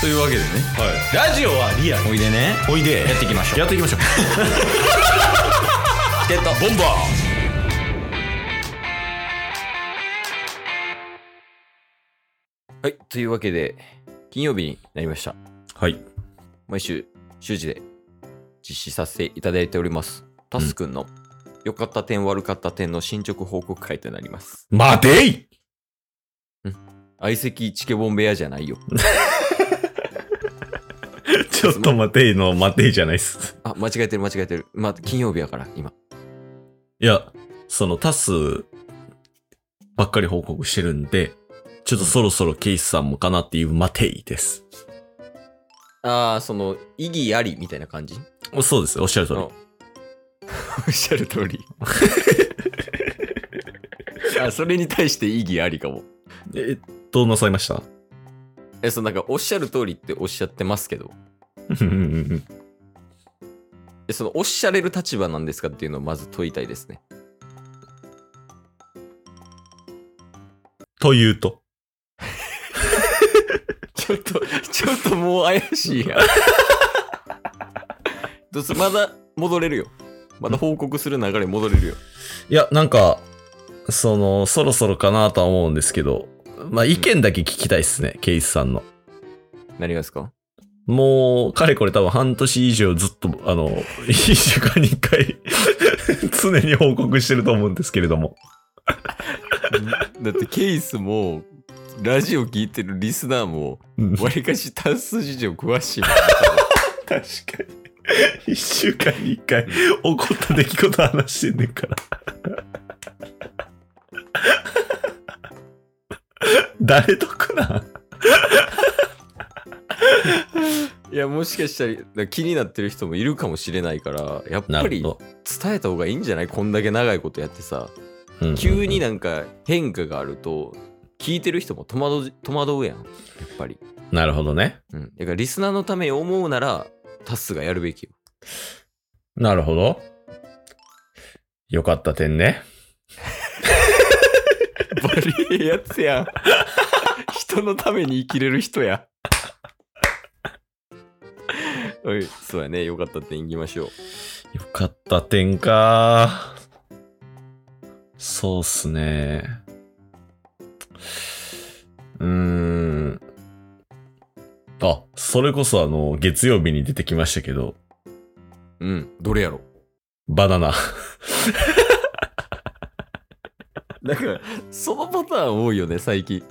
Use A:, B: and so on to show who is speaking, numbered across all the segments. A: というわけでね
B: ラジオはリアル
A: おいでね
B: おいで
A: やっていきましょう
B: やっていきましょう
A: チケットボンバーはいというわけで金曜日になりました
B: はい
A: 毎週週時で実施させていただいておりますタスくんの良かった点悪かった点の進捗報告会となります
B: 待てい
A: 相席チケボン部屋じゃないよ
B: ちょっと待ていの待ていじゃないっす
A: あ間違えてる間違えてるまあ金曜日やから今
B: いやそのタスばっかり報告してるんでちょっとそろそろケイスさんもかなっていう待ていです
A: ああその意義ありみたいな感じ
B: そうですおっしゃる通り
A: あ おっしゃる通り あそれに対して意義ありかも
B: えどうなさいました
A: えそうなんかおっしゃる通りっておっしゃってますけどえそのおっしゃれる立場なんですかっていうのをまず問いたいですね
B: というと
A: ちょっとちょっともう怪しいやんどうすまだ戻れるよまだ報告する流れ戻れるよ
B: いやなんかそのそろそろかなとは思うんですけどまあ意見だけ聞きたいっすねケイスさんの
A: 何がですか
B: もう、かれこれ多分半年以上ずっと、あの、 一週間に一回、 常に報告してると思うんですけれども。
A: だってケイスもラジオ聞いてるリスナーも
B: うん
A: わりかし単数事情詳しい
B: 確かに。一週間に一回、起こった出来事話してんねんから。 誰得なん
A: いやもしかしたらだから気になってる人もいるかもしれないからやっぱり伝
B: ど。
A: えた方がいいんじゃないこんだけ長いことやってさ
B: うんうんうん
A: 急になんか変化があると聞いてる人も戸惑う戸惑うやんやっぱり、
B: なるほどね。
A: うん、だからリスナーのために思うならタスがやるべきよ
B: なるほど。よかった点ね。
A: バリええやつやん人のために生きれる人やおいそうやねよかったって言いましょう
B: よかった点か。そうっすね。うーん。あ、それこそあの、月曜日に出てきましたけど、
A: うんどれやろ
B: バナナ。
A: なんかそのパターン多いよね最近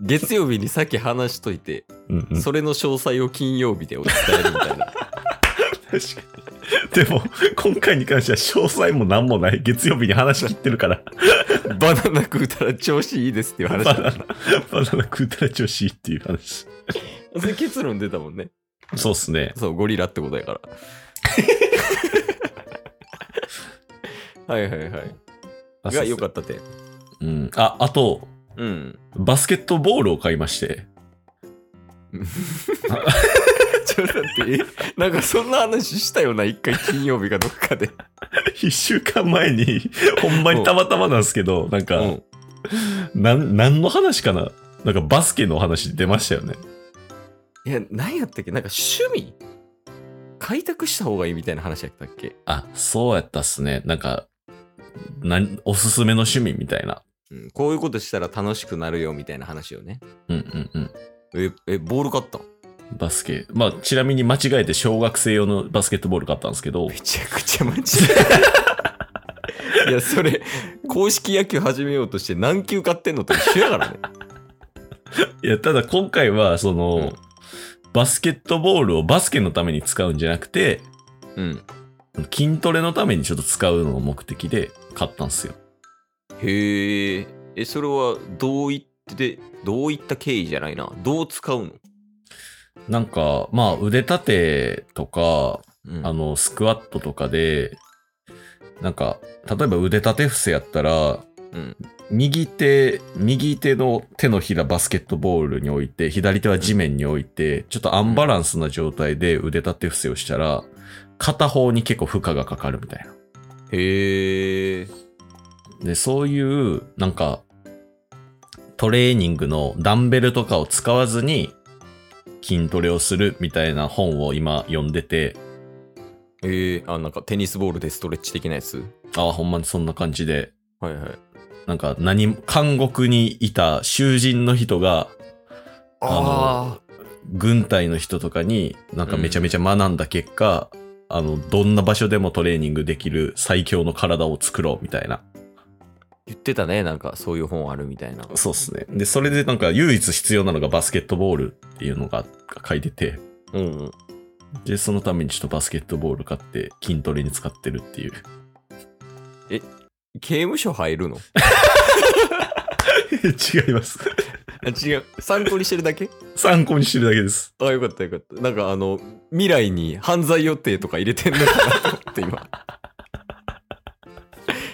A: 月曜日にさっき話しといて、
B: うんうん、
A: それの詳細を金曜日でお伝えるみたいな
B: 確かに。でも、今回に関しては詳細も何もない。月曜日に話し切ってるから、
A: バナナ食うたら調子いいですっていう話
B: バナナ、バナナ食うたら調子いいっていう話。
A: それ結論出たもんね
B: そうっすね。
A: そうゴリラってことやからはいはいはいが良か
B: っ
A: った点
B: た。うん。あ、あと、
A: うん
B: バスケットボールを買いまして。
A: ちょっと待ってえなんかそんな話したよな一回金曜日かどっかで
B: 一週間前に、 ほんまにたまたまなんですけど、なんか、
A: うん
B: なん、なんの話かななんかバスケの話出ましたよね。
A: いや何やったっけなんか趣味開拓した方がいいみたいな話やったっけ
B: あ、そうやったっすね。なんか、なん、おすすめの趣味みたいな。
A: うん、こういうことしたら楽しくなるよみたいな話をね。
B: うんうんうん。
A: え、えボール買ったの
B: バスケ。まあ、ちなみに間違えて小学生用のバスケットボール買ったんですけど
A: め、ちゃくちゃマジ で。いや、それ、公式野球始めようとして何球買ってんのと一緒やからね。
B: いや、ただ今回は、その、
A: うん
B: バスケットボールをバスケのために使うんじゃなくて、
A: うん。
B: 筋トレのためにちょっと使うのを目的で買ったんですよ。
A: へえ。え、それはどういって、どういった経緯じゃないな。どう使うの、
B: なんか、まあ、腕立てとか、
A: うん、
B: あの、スクワットとかで、なんか、例えば腕立て伏せやったら、
A: うん
B: 右手、右手の手のひらバスケットボールに置いて、左手は地面に置いて、ちょっとアンバランスな状態で腕立て伏せをしたら、片方に結構負荷がかかるみたいな。
A: へえ。
B: で、そういう、なんか、トレーニングのダンベルとかを使わずに、筋トレをするみたいな本を今読んでて、
A: えー、あ、なんかテニスボールでストレッチ的なやつ
B: ああ、ほんまにそんな感じで、
A: はいはい。
B: なんか何も、監獄にいた囚人の人が、あ軍隊の人とかになんかめちゃめちゃ学んだ結果、あの、どんな場所でもトレーニングできる最強の体を作ろうみたいな。
A: 言ってたね、なんかそういう本あるみたいな。
B: そうっすね。で、それでなんか唯一必要なのがバスケットボールっていうのが書いてて、
A: うんうん。
B: で、そのためにちょっとバスケットボール買って筋トレに使ってるっていう。
A: 刑務所入るの
B: 違います。
A: あ違う。参考にしてるだけ
B: 参考にしてるだけです。
A: あ、よかったよかった。なんかあの、未来に犯罪予定とか入れてんのかなと思って今。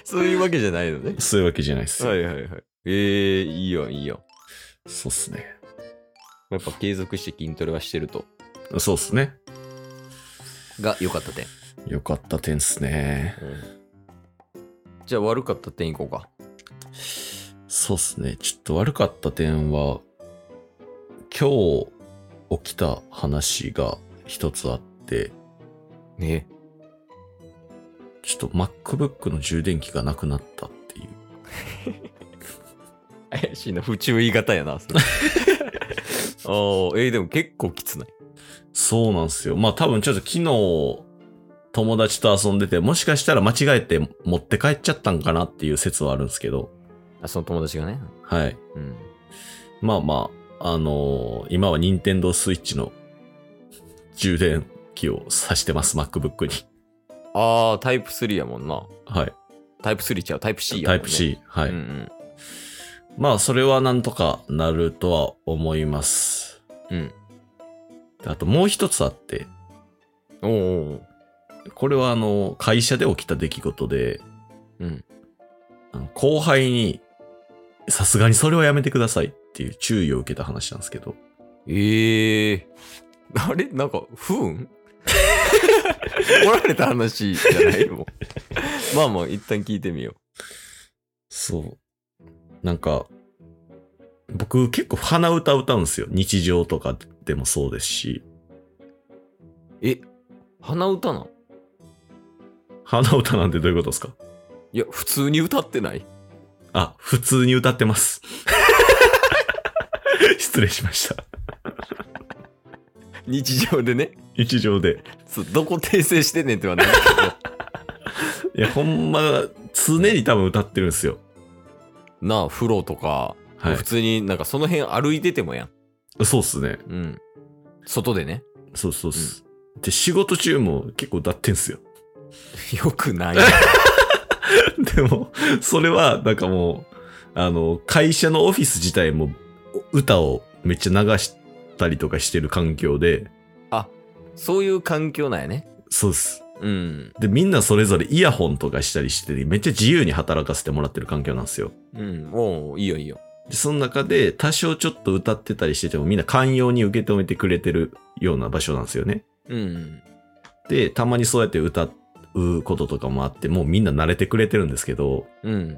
A: そういうわけじゃないのね。
B: そういうわけじゃないですよ。
A: はいはいはい。えー、いいよいいよ。
B: そうっすね。
A: やっぱ継続して筋トレはしてると。
B: そうっすね。
A: が良かった点。
B: よかった点っすね。
A: じゃあ悪かった点いこうか。
B: そうっすね。ちょっと悪かった点は、今日起きた話が一つあって、
A: ね
B: ちょっと MacBook の充電器がなくなったっていう。
A: 怪しいな、不注意型やな。 それあーえーでも結構きつない。
B: そうなんですよ。まあ多分ちょっと昨日、友達と遊んでて、もしかしたら間違えて持って帰っちゃったんかなっていう説はあるんですけど、
A: あ、その友達がね。
B: はい。
A: うん。
B: まあまあ、あのー今は任天堂スイッチの 充電器を挿してます、MacBook に。
A: あー、タイプ3やもんな。
B: はい。
A: タイプ3ちゃう、タイプ C やも
B: タ
A: ん、ね。
B: イプ C。はい。
A: うんうん。
B: まあ、それはなんとかなるとは思います。
A: うん。
B: あともう一つあって、
A: おうおう
B: これはあの、会社で起きた出来事で、
A: うん。
B: あの後輩に、さすがにそれはやめてくださいっていう注意を受けた話なんですけど、
A: ええー。あれなんか、不運 怒られた話じゃないもん。まあまあ、一旦聞いてみよう。
B: そう。なんか、僕結構鼻歌歌うんですよ。日常とかでもそうですし、
A: え、鼻歌なの
B: 鼻歌なんてどういうことですか
A: いや、普通に歌ってない
B: あ、普通に歌っ てます。失礼しました。
A: 日常でね。
B: 日常で。
A: そうどこ訂正してんねんってはない け
B: いや、ほんま、常に多分歌ってるんですよ。
A: ど。なあ、風呂とか、
B: はい
A: 普。通になんかその辺歩いててもやん。
B: そうっすね。
A: うん。外でね。
B: そうそうっす。で、仕事中も結構歌ってんすよ。
A: よくない。
B: でも、それは、なんかもう、あの、会社のオフィス自体も、お歌をめっちゃ流したりとかしてる環境で、
A: あ、そういう環境なんやね。
B: そうっす。
A: うん。
B: で、みんなそれぞれイヤホンとかしたりしてて、めっちゃ自由に働かせてもらってる環境なんですよ。
A: うん。おういいよいいよ。
B: で、その中で、多少ちょっと歌ってたりしてても、みんな寛容に受け止めてくれてるような場所なんですよね。
A: うん。
B: で、たまにそうやって歌うこととかもあって、もうみんな慣れてくれてるんですけど、
A: うん。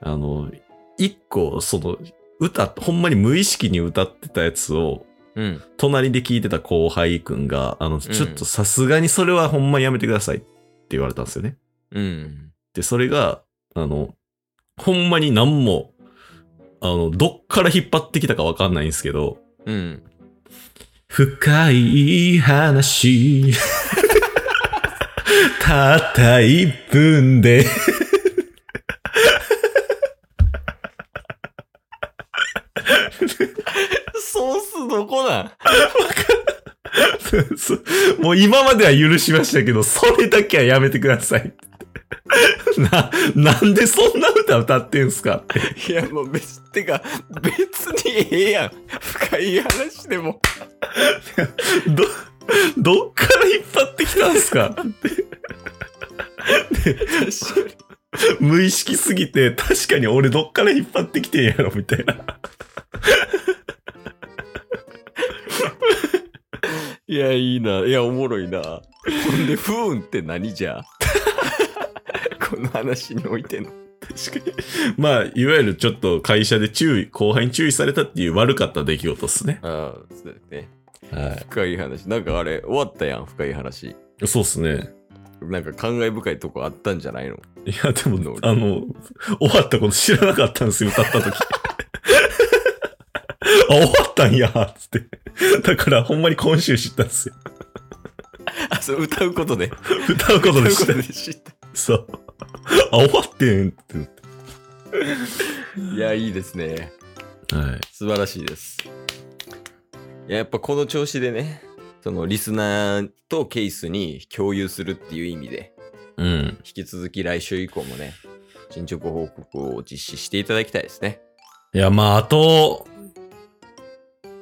B: あの、一個、その、歌、ほんまに無意識に歌ってたやつを、
A: うん。
B: 隣で聞いてた後輩くんが、あの、ちょっとさすがにそれはほんまにやめてくださいって言われたんですよね。
A: うん。
B: で、それが、あの、ほんまに何も、あの、どっから引っ張ってきたかわかんないんですけど、
A: うん。
B: 深い話。 たった1分で。
A: ソースどこなん
B: そもう今までは許しましたけど、それだけはやめてください。 な、なんでそんな歌歌ってんすかって
A: いや、もう別、てか、別にええやん。深い話でも。
B: ど、どっから引っ張ってきたんすか
A: 確か
B: 無意識すぎて、確かに俺どっから引っ張ってきてんやろ、みたいな。
A: に。 いや、いいな。いや、おもろいな。ほんで、不運って何じゃあ この話においての。
B: 確かに。まあ、いわゆるちょっと会社で注意、後輩に注意されたっていう悪かった出来事っすね。
A: ああ、そうだね。
B: は
A: 深い話。なんかあれ、終わったやん、深い話。
B: い。そうっすね。
A: なんか感慨深いとこあったんじゃないの
B: いや、で
A: ど
B: も
A: う、
B: あの、終わったこと知らなかったんですよ、歌った時。 あ、終わったんや、つって。だから、ほんまに今週知ったんですよ。
A: あ、そう、歌うことで。
B: 歌うことでし
A: 歌
B: た
A: うことで知った。
B: そう。あ、終わってんってなって。
A: いや、いいですね。
B: はい。
A: 素晴らしいです。いや、やっぱこの調子でね、そのリスナーとケースに共有するっていう意味で、
B: うん。
A: 引き続き来週以降もね、進捗報告を実施していただきたいですね。
B: いや、まあ、あと、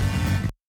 C: す